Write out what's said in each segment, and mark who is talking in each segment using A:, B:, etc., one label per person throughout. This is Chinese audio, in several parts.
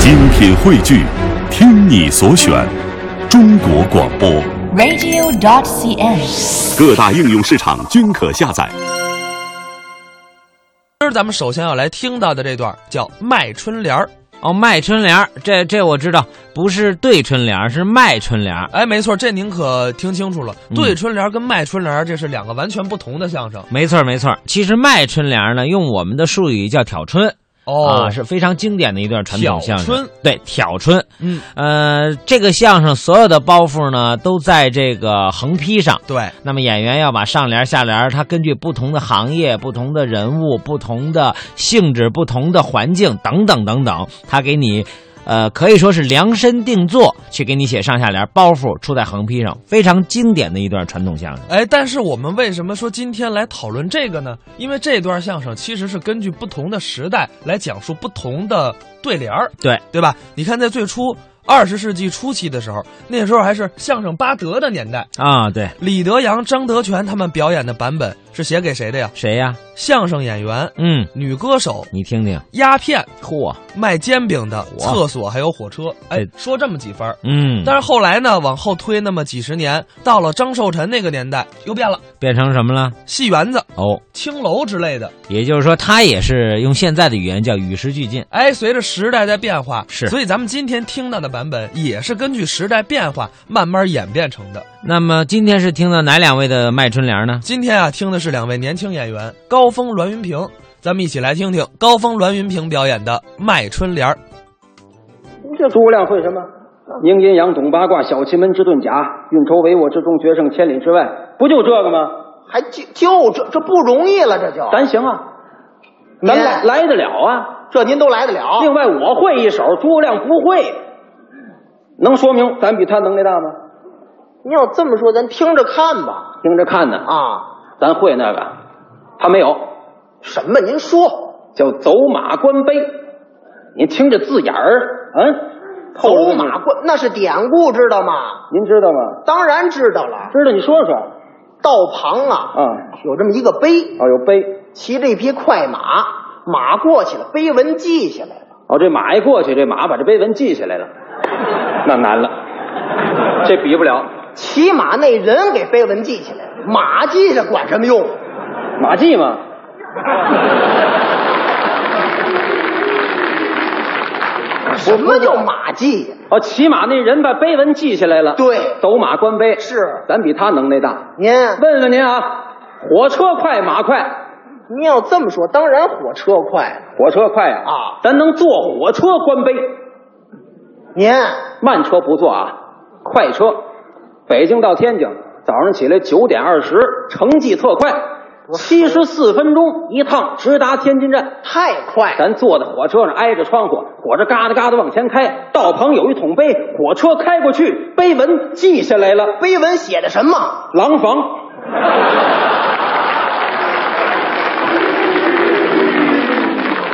A: 精品汇聚，听你所选，中国广播。
B: radio.cn。
A: 各大应用市场均可下载。
C: 今儿咱们首先要来听到的这段叫卖春联儿。
D: 哦，卖春联儿，这这我知道，不是对春联儿，是卖春联儿。
C: 哎，没错，这您可听清楚了，
D: 嗯
C: 对春联儿跟卖春联儿这是两个完全不同的相声。
D: 没错儿，没错儿。其实卖春联儿呢，用我们的术语叫挑春、
C: 哦，
D: 啊，是非常经典的一段传统相声。
C: 挑春
D: 对挑春，
C: 嗯，
D: 呃，这个相声所有的包袱呢，都在这个横批上。
C: 对，
D: 那么演员要把上联儿、下联儿，他根据不同的行业、不同的人物、不同的性质、不同的环境等等等等，他给你，呃，可以说是量身定做，去给你写上下联儿，包袱出在横批上，非常经典的一段传统相声。
C: 哎，但是我们为什么说今天来讨论这个呢？因为这段相声其实是根据不同的时代来讲述不同的对联儿，
D: 对
C: 对吧？你看，在最初二十世纪初期的时候，那时候还是相声八德的年代，
D: 啊，对，
C: 李德阳、张德全他们表演的版本是写给谁的呀？
D: 谁呀？
C: 相声演员、
D: 嗯，
C: 女歌手、
D: 你听听，
C: 鸦片、
D: 嚯，
C: 卖煎饼的、
D: 嚯
C: 厕所还有火车。哎
D: 哎，
C: 说这么几番儿。
D: 嗯，
C: 但是后来呢，往后推那么几十年，到了张寿臣那个年代，又变了，
D: 变成什么了？
C: 戏园子、
D: 哦，
C: 青楼之类的。
D: 也就是说，他也是用现在的语言叫与时俱进。
C: 哎，随着时代在变化，
D: 是
C: 所以咱们今天听到的版本也是根据时代变化慢慢演变成的。
D: 那么今天是听到哪两位的卖春联儿呢？
C: 今天啊，听的是两位年轻演员高峰、栾云平，咱们一起来听听高峰、栾云平表演的《卖春联儿》。
E: 你这诸葛亮会什么？明阴阳，懂八卦，小奇门之遁甲，运筹帷幄之中，决胜千里之外，不就这个吗？
F: 还就就这这不容易了，这就
E: 咱行啊，咱
F: 您
E: 来来得了啊。
F: 这您都来得了。
E: 另外我会一手，诸葛亮不会，能说明咱比他能耐大吗？
F: 你要这么说，咱听着看吧。
E: 听着看呢，
F: 啊，
E: 咱会那个，他没有，
F: 什么？您说
E: 叫走马观碑。你听这字眼儿，嗯，透露
F: 走
E: 着
F: 马
E: 你，
F: 观那是典故，知道吗？
E: 您知道吗？
F: 当然知道了。
E: 知道你说说
F: 道旁啊，
E: 啊
F: 有这么一个碑，
E: 哦，有碑
F: 骑着一匹快马，马过去了，碑文记下来了。
E: 哦，这马一过去，这马把这碑文记下 来了，那难了，这比不了。
F: 骑马那人给碑文记下来了，马记着管什么用？
E: 马季嘛，
F: 什么叫马记呀？
E: 哦，骑马那人把碑文记下来了，
F: 对
E: 走马观碑
F: 是
E: 咱比他能耐大。
F: 您
E: 问问您啊，火车快马快？
F: 您要这么说，当然火车快了。
E: 火车快啊
F: 啊
E: 咱能坐火车观碑，
F: 您
E: 慢车不坐啊，快车。北京到天津，早上起来九点二十，城际特快，七十四分钟一趟，直达天津站。
F: 太快了。
E: 咱坐在火车上，挨着窗户，火车嘎哒嘎哒往前开，道旁有一桶碑，火车开过去，碑文记下来了，
F: 碑文写的什么？
E: 廊坊。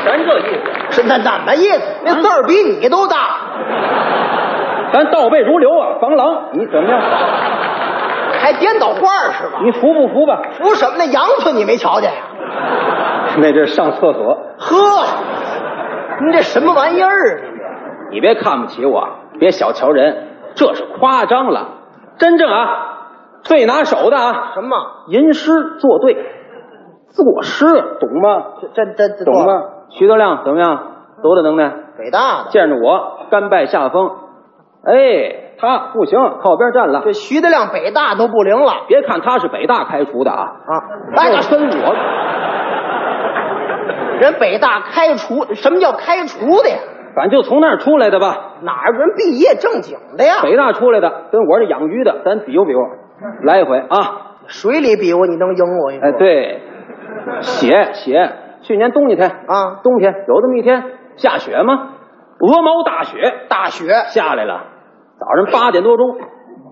E: 咱这意思，
F: 是那怎么意思？那字儿比你都大，
E: 咱倒背如流啊，防狼，你怎么样？
F: 还颠倒画儿是吧？
E: 你服不服吧？
F: 服什么？那洋葱你没瞧见呀、
E: 那阵上厕所，
F: 呵，您这什么玩意儿啊？
E: 你别看不起我啊，别小瞧人，这是夸张了。真正啊，最拿手的啊，
F: 什么？
E: 吟诗作对，作诗懂吗？
F: 这这这这
E: 懂？吗？徐德亮怎么样？多大能耐？
F: 北大的
E: 见着我甘拜下风。哎，他不行，靠边站了
F: 这。徐德亮北大都不灵了
E: 别看他是北大开除的啊，
F: 啊！
E: 那
F: 哎，
E: 跟我，
F: 人北大开除，什么叫开除的呀？
E: 反正就从那儿出来的吧。
F: 哪儿有人毕业正经的呀？
E: 北大出来的，跟我这养鱼的，咱比划比划，来一回啊。
F: 水里比划，你能赢我一个？
E: 哎，对，写写。去年冬季天
F: 啊
E: 冬天有这么一天下雪吗？鹅毛大雪，
F: 大学
E: 下来了。早上八点多钟，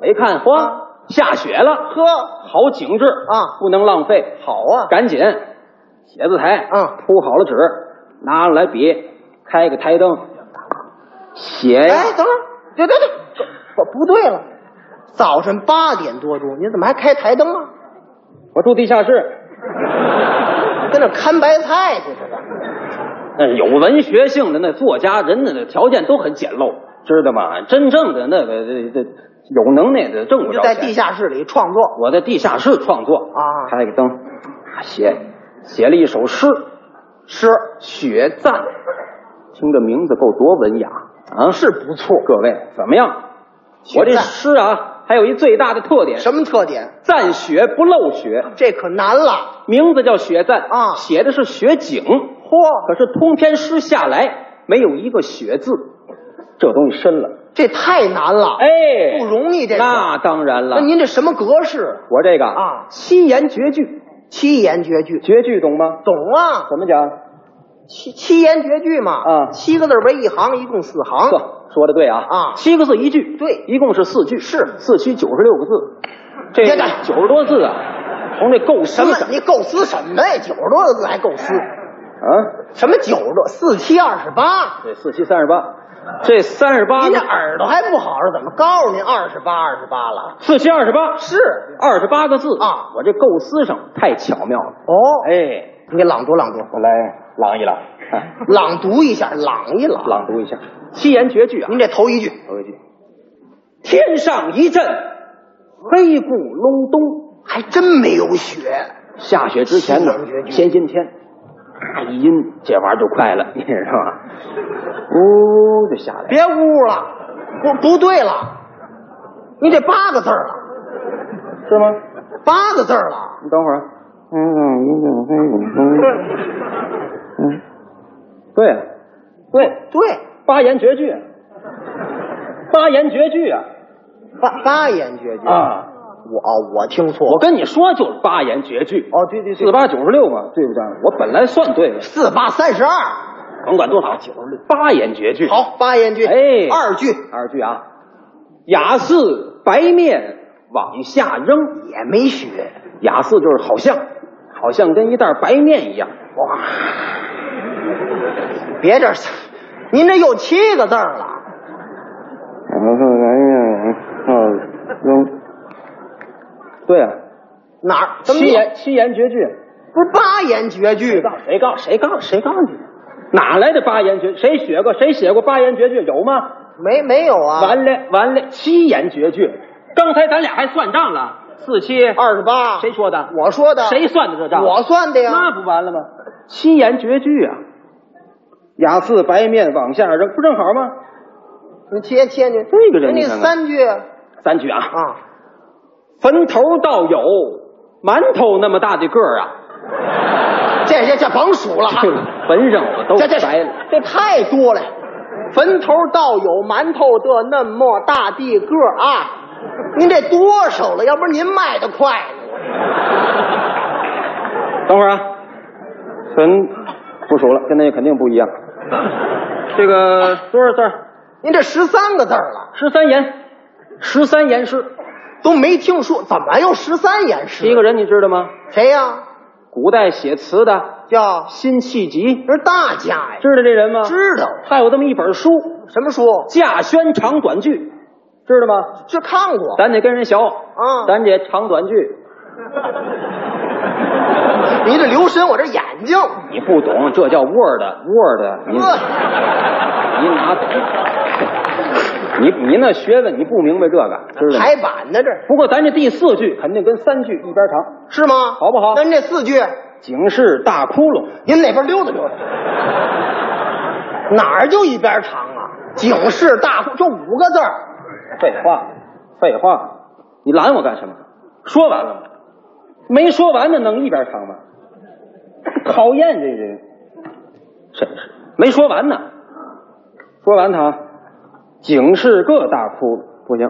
E: 我一看，嚯，下雪了，
F: 呵
E: 好景致
F: 啊
E: 不能浪费，
F: 好啊，
E: 赶紧写字台，
F: 嗯
E: 铺好了纸，拿来笔，开个台灯，写呀，
F: 哎，等会儿，对对对，不不对了，早晨八点多钟，你怎么还开台灯啊？
E: 我住地下室，
F: 跟那看白菜去似的。
E: 那有文学性的那作家，人家的条件都很简陋，知道吗？真正的那个这这有能耐的挣
F: 你
E: 不
F: 就
E: 着
F: 在
E: 钱
F: 地下室里创作，
E: 我在地下室创作
F: 啊
E: 开了个灯，啊写写了一首诗，诗《雪赞》，听这名字够多文雅啊，是不错。各位怎么样？我这
F: 雪赞
E: 诗啊，还有一最大的特点，
F: 什么特点？
E: 赞雪不漏雪，
F: 这可难了。
E: 名字叫《雪赞》
F: 啊
E: 写的是雪景，
F: 嚯，
E: 可是通篇诗下来没有一个雪字，这东西深了，
F: 这太难了。，
E: 哎，
F: 不容易这个
E: 那当然了
F: 那，您这什么格式？
E: 我这个
F: 啊
E: 七言绝句，
F: 七言绝句，
E: 绝句懂吗？
F: 懂啊？
E: 怎么讲？
F: 七七言绝句嘛，
E: 啊
F: 七个字儿为一行，一共四行。
E: 呵，说的对啊
F: 啊
E: 七个字一句，
F: 对
E: 一共是四句，是四区九十六个字，这
F: 别改
E: 九十多字啊，从这构思
F: 什么
E: 上？
F: 你构思什么呀？九十多个字还构思？
E: 啊，
F: 什么九十多？四七二十八？
E: 这四七三十八，这三十八
F: 您这耳朵还不好是怎么？告诉您二十八，二十八了。
E: 四七二十八是二十八个字
F: 啊
E: 我这构思上太巧妙了，
F: 哦，
E: 哎，
F: 你给朗读朗读，
E: 我来朗一朗，哎
F: 朗读一下，朗一朗。
E: 朗读一下七言绝句啊，
F: 您这头一句，
E: 头一句，天上一阵黑咕隆咚。
F: 还真没有雪。
E: 下雪之前呢
F: 西南绝，句
E: 先阴天，啊一阴，这玩意儿就快了，你知道吗？呜、就下来了，
F: 别污了，不不对了，您这八个字儿了，
E: 是吗？
F: 八个字儿了，
E: 你等会儿啊，嗯，一阵黑咕 咚，嗯，对，啊对，
F: 对，
E: 八言绝句，啊八言绝句啊！
F: 八八言绝句
E: 啊，
F: 我哦我听错，
E: 我跟你说，就是八言绝句，
F: 哦对对对
E: 四，八九十六嘛，对不对？我本来算对了，
F: 四八三十二，
E: 甭管多少，九十六，八言绝句，
F: 好，八言句，
E: 哎
F: 二句
E: 二句啊，雅似白面往下扔，
F: 也没学，
E: 雅似就是好像，好像跟一袋白面一样。
F: 别这儿，您这又七个字儿了，
E: 雅似白面往下扔。对啊，
F: 哪儿？怎么
E: 七
F: 有
E: 言七言绝句，
F: 不是八言绝句吗？
E: 谁告谁告谁告诉你的？哪来的八言绝？谁学过？谁写过八言绝句？有吗？
F: 没没有啊？
E: 完了完了，七言绝句。刚才咱俩还算账了，四七
F: 二十八，
E: 谁说的？
F: 我说的，
E: 谁算的这账？
F: 我算的呀，
E: 那不完了吗？七言绝句啊，雅似白面往下扔，不正好吗？
F: 你切切去，
E: 这个人
F: 那
E: 你看看
F: 三句
E: 三句啊，
F: 啊。
E: 坟头倒有馒头那么大的个儿啊，
F: 这这这甭数了啊！
E: 坟上我都
F: 这这
E: 白了。
F: 这太多 了，坟头倒有馒头的那么大地个儿啊！您这多少了？要不然您卖的快呢？
E: 等会儿啊，坟不数了，跟那肯定不一样。这个多少字儿？
F: 您这十三个字儿了，
E: 十三言，十三言诗。
F: 都没听说，怎么又十三言诗？
E: 一个人你知道吗？
F: 谁呀、
E: 古代写词的
F: 叫
E: 辛弃疾，
F: 这是大家呀，
E: 知道这人吗？
F: 知道
E: 还有这么一本书
F: 什么书
E: 《稼轩长短句》，知道吗？
F: 这看过？
E: 咱得跟人学
F: 啊
E: 咱这长短句
F: 你这留神我这眼睛，
E: 你不懂，这叫 word word，你
F: 呵，
E: 你哪懂？你你那学问你不明白这个，知道吗？
F: 排版呢这
E: 不过咱这第四句肯定跟三句一边长，
F: 是吗？
E: 好不好
F: 那您这四句，
E: 警示大窟窿，
F: 您哪边溜达溜达？哪儿就一边长啊？警示大户就五个字儿，
E: 废话，废话，你拦我干什么？说完了吗？没说完的能一边长吗？讨厌这人，真是没说完呢。说完他，警示各大窟窿不行，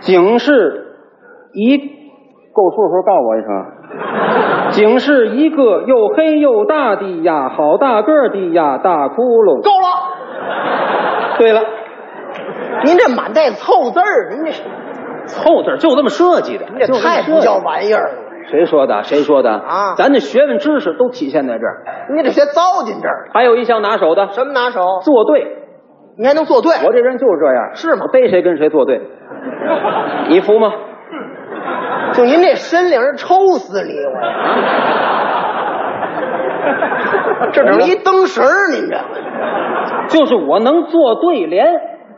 E: 警示一够数的时候告我一声啊。警示一个又黑又大的呀，好大个儿的呀，大窟窿。
F: 够了。
E: 对了，
F: 您这满带凑字儿，您这是
E: 凑字儿就这么设计的，
F: 您这
E: 就这么
F: 太
E: 设
F: 不
E: 计
F: 叫玩意儿了，
E: 谁说的？谁说的？
F: 啊
E: 咱的学问知识都体现在这儿。
F: 您这些糟践这儿了。
E: 还有一项拿手的，
F: 什么拿手？
E: 作对。
F: 你还能作对？
E: 我这人就是这样，
F: 是吗
E: 我逮谁跟谁作 对，你服吗？
F: 就您这身令人抽死你！我啊 这整一灯神儿，您这，
E: 就是我能做对
F: 啊
E: 联，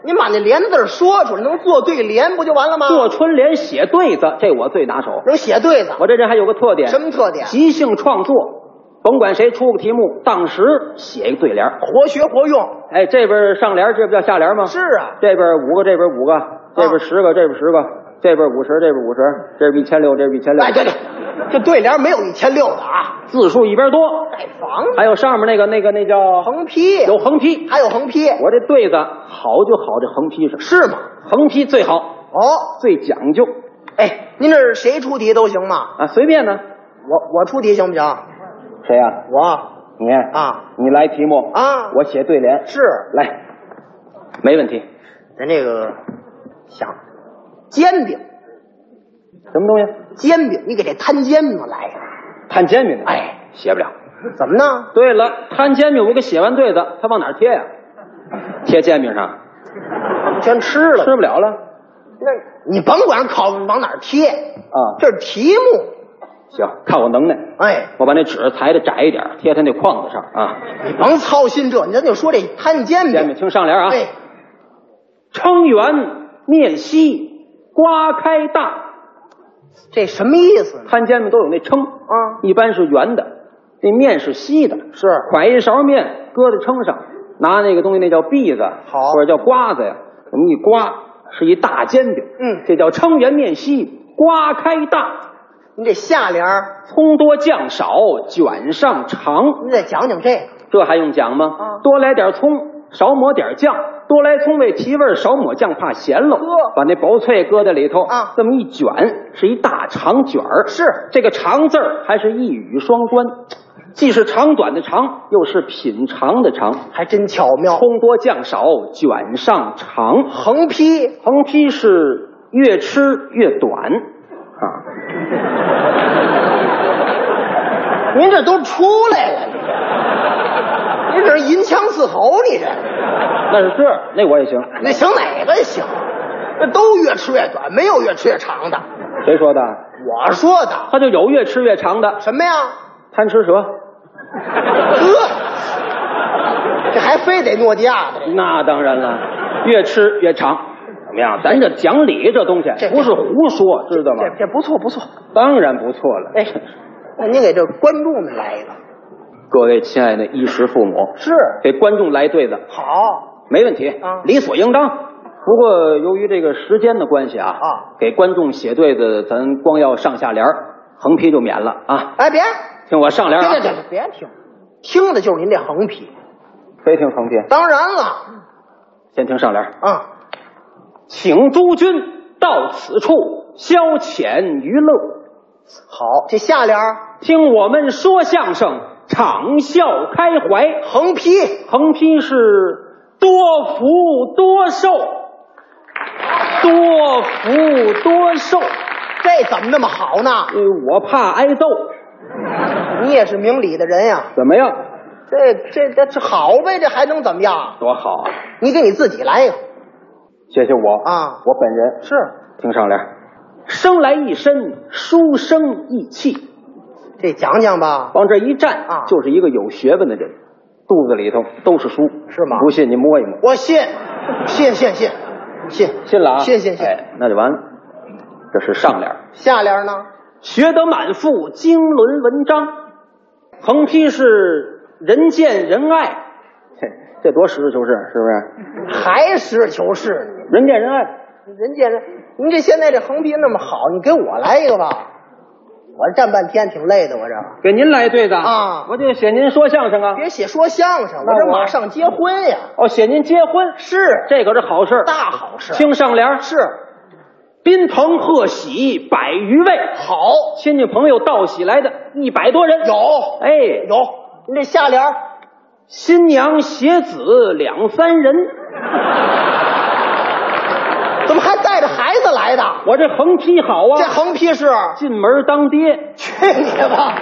F: 您把那“联”字说出来，能做对联不就完了吗？
E: 做春联、写对子，这我最拿手。
F: 能写对子，
E: 我这人还有个特点，
F: 什么特点？
E: 即兴创作，甭管谁出个题目，当时写一个对联儿。
F: 活学活用。
E: 哎，这边上联儿，这不叫下联儿吗？
F: 是啊，
E: 这边五个，这边五个，这边十个，这边十个，这边五十，这边五十，这边一千六，这边一千六。
F: 哎，对对，这对联没有一千六的啊，
E: 字数一边多，
F: 盖房子
E: 还有上面那个那个那叫
F: 横批
E: 有横批。
F: 还有横批，
E: 我这对子好就好这横批上，
F: 是吗？
E: 横批最好，
F: 哦，
E: 最讲究
F: 哎，您这是谁出题都行吗？
E: 啊，随便呢。
F: 我我出题行不行？
E: 谁呀、
F: 我
E: 你
F: 啊，
E: 你来题目
F: 啊
E: 我写对联，
F: 是
E: 来，没问题。
F: 人这个想煎饼，
E: 什么东西？
F: 煎饼，你给这摊煎饼来呀？
E: 摊煎饼的？
F: 哎，
E: 写不了。
F: 怎么呢？
E: 对了，摊煎饼，我给写完对子，他往哪儿贴呀、贴煎饼上，
F: 全吃了。
E: 吃不了了。
F: 那你甭管考往哪儿贴啊这是题目。
E: 行，看我能耐，
F: 哎，
E: 我把那纸裁的窄一点，贴他那框子上啊。
F: 你甭操心这，你咱就说这摊煎
E: 煎饼，
F: 饼。
E: 听上联啊。
F: 哎，
E: 撑圆面稀，瓜开大。
F: 这什么意思呢？
E: 摊煎饼都有那撑
F: 啊
E: 一般是圆的，那面是稀的，
F: 是
E: 㧟一勺面搁在撑上，拿那个东西那叫篦子，
F: 好
E: 或者叫瓜子呀，我们一刮是一大煎饼，
F: 嗯
E: 这叫撑圆面稀，瓜开大，
F: 你这下联儿，
E: 葱多酱少，卷上长，
F: 你得讲讲这个。
E: 这还用讲吗？
F: 啊
E: 多来点葱，少抹点酱。多来葱为提味儿，少抹酱怕咸喽
F: 呵。
E: 把那薄脆搁在里头
F: 啊
E: 这么一卷是一大长卷儿。
F: 是
E: 这个“长”字儿还是一语双关，既是长短的长，又是品尝的尝。
F: 还真巧妙。
E: 葱多酱少，卷上长。
F: 横批
E: 横批是越吃越短啊。
F: 您这都出来了，你这是银枪刺喉，你这
E: 那是这，那我也行。
F: 那行哪个行？这都越吃越短，没有越吃越长的。
E: 谁说的？
F: 我说的
E: 他就有越吃越长的
F: 什么呀？
E: 贪吃蛇。
F: 呵， 这还非得诺基亚 的
E: 那当然了，越吃越长。怎么样？咱这讲理这东西
F: 这
E: 不是胡说，知道吗？
F: 这不错不错。
E: 当然不错了。
F: 哎，那您给这观众们来一个，
E: 各位亲爱的衣食父母，
F: 是
E: 给观众来对子，
F: 好
E: 没问题，
F: 啊
E: 理所应当。不过由于这个时间的关系啊，
F: 啊
E: 给观众写对子，咱光要上下联儿横批就免了啊。
F: 哎，别
E: 听我上联
F: 别别
E: 啊，
F: 别别听，听的就是您这横批。
E: 非听横批，
F: 当然了
E: 先听上联儿。
F: 啊，
E: 请诸君到此处消遣娱乐。
F: 好，这下联儿
E: 听我们说相声，长笑开怀。
F: 横批
E: 横批是多福多寿，多福多寿。
F: 这怎么那么好呢？
E: 呃，我怕挨揍，
F: 你也是明理的人呀、
E: 怎么样？
F: 这这这这好呗，这还能怎么样？
E: 多好啊！
F: 你给你自己来一个
E: 谢谢我
F: 啊！
E: 我本人
F: 是，
E: 听上联，生来一身书生意气，
F: 这讲讲吧。
E: 往这一站
F: 啊
E: 就是一个有学问的人，肚子里头都是书，
F: 是吗
E: 不信你摸一摸，
F: 我信，信信信信
E: 信了啊？
F: 信信信。
E: 哎，那就完了。这是上联。
F: 下联呢？
E: 学得满腹经纶文章，横批是人见人爱，这这多实事求是，是不是？
F: 还实事求是
E: 人见人爱，
F: 呢？人见人，您这现在这横批那么好，你给我来一个吧。我站半天挺累的，我这
E: 给您来一对子
F: 啊
E: 我就写您说相声啊，
F: 别写说相声，
E: 那
F: 我
E: 我
F: 这马上结婚呀，
E: 哦，写您结婚，
F: 是
E: 这可是好事儿，
F: 大好事。
E: 听上联是宾朋贺喜百余位，
F: 好
E: 亲戚朋友道喜来的一百多人，
F: 有
E: 哎有
F: 有，您这下联儿
E: 新娘携子两三人，
F: 怎么还带着孩子来的？
E: 我这横批好
F: 这
E: 啊，
F: 横批是
E: 进门当爹，
F: 去你吧！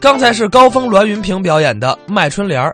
C: 刚才是高峰、栾云平表演的《卖春联儿》，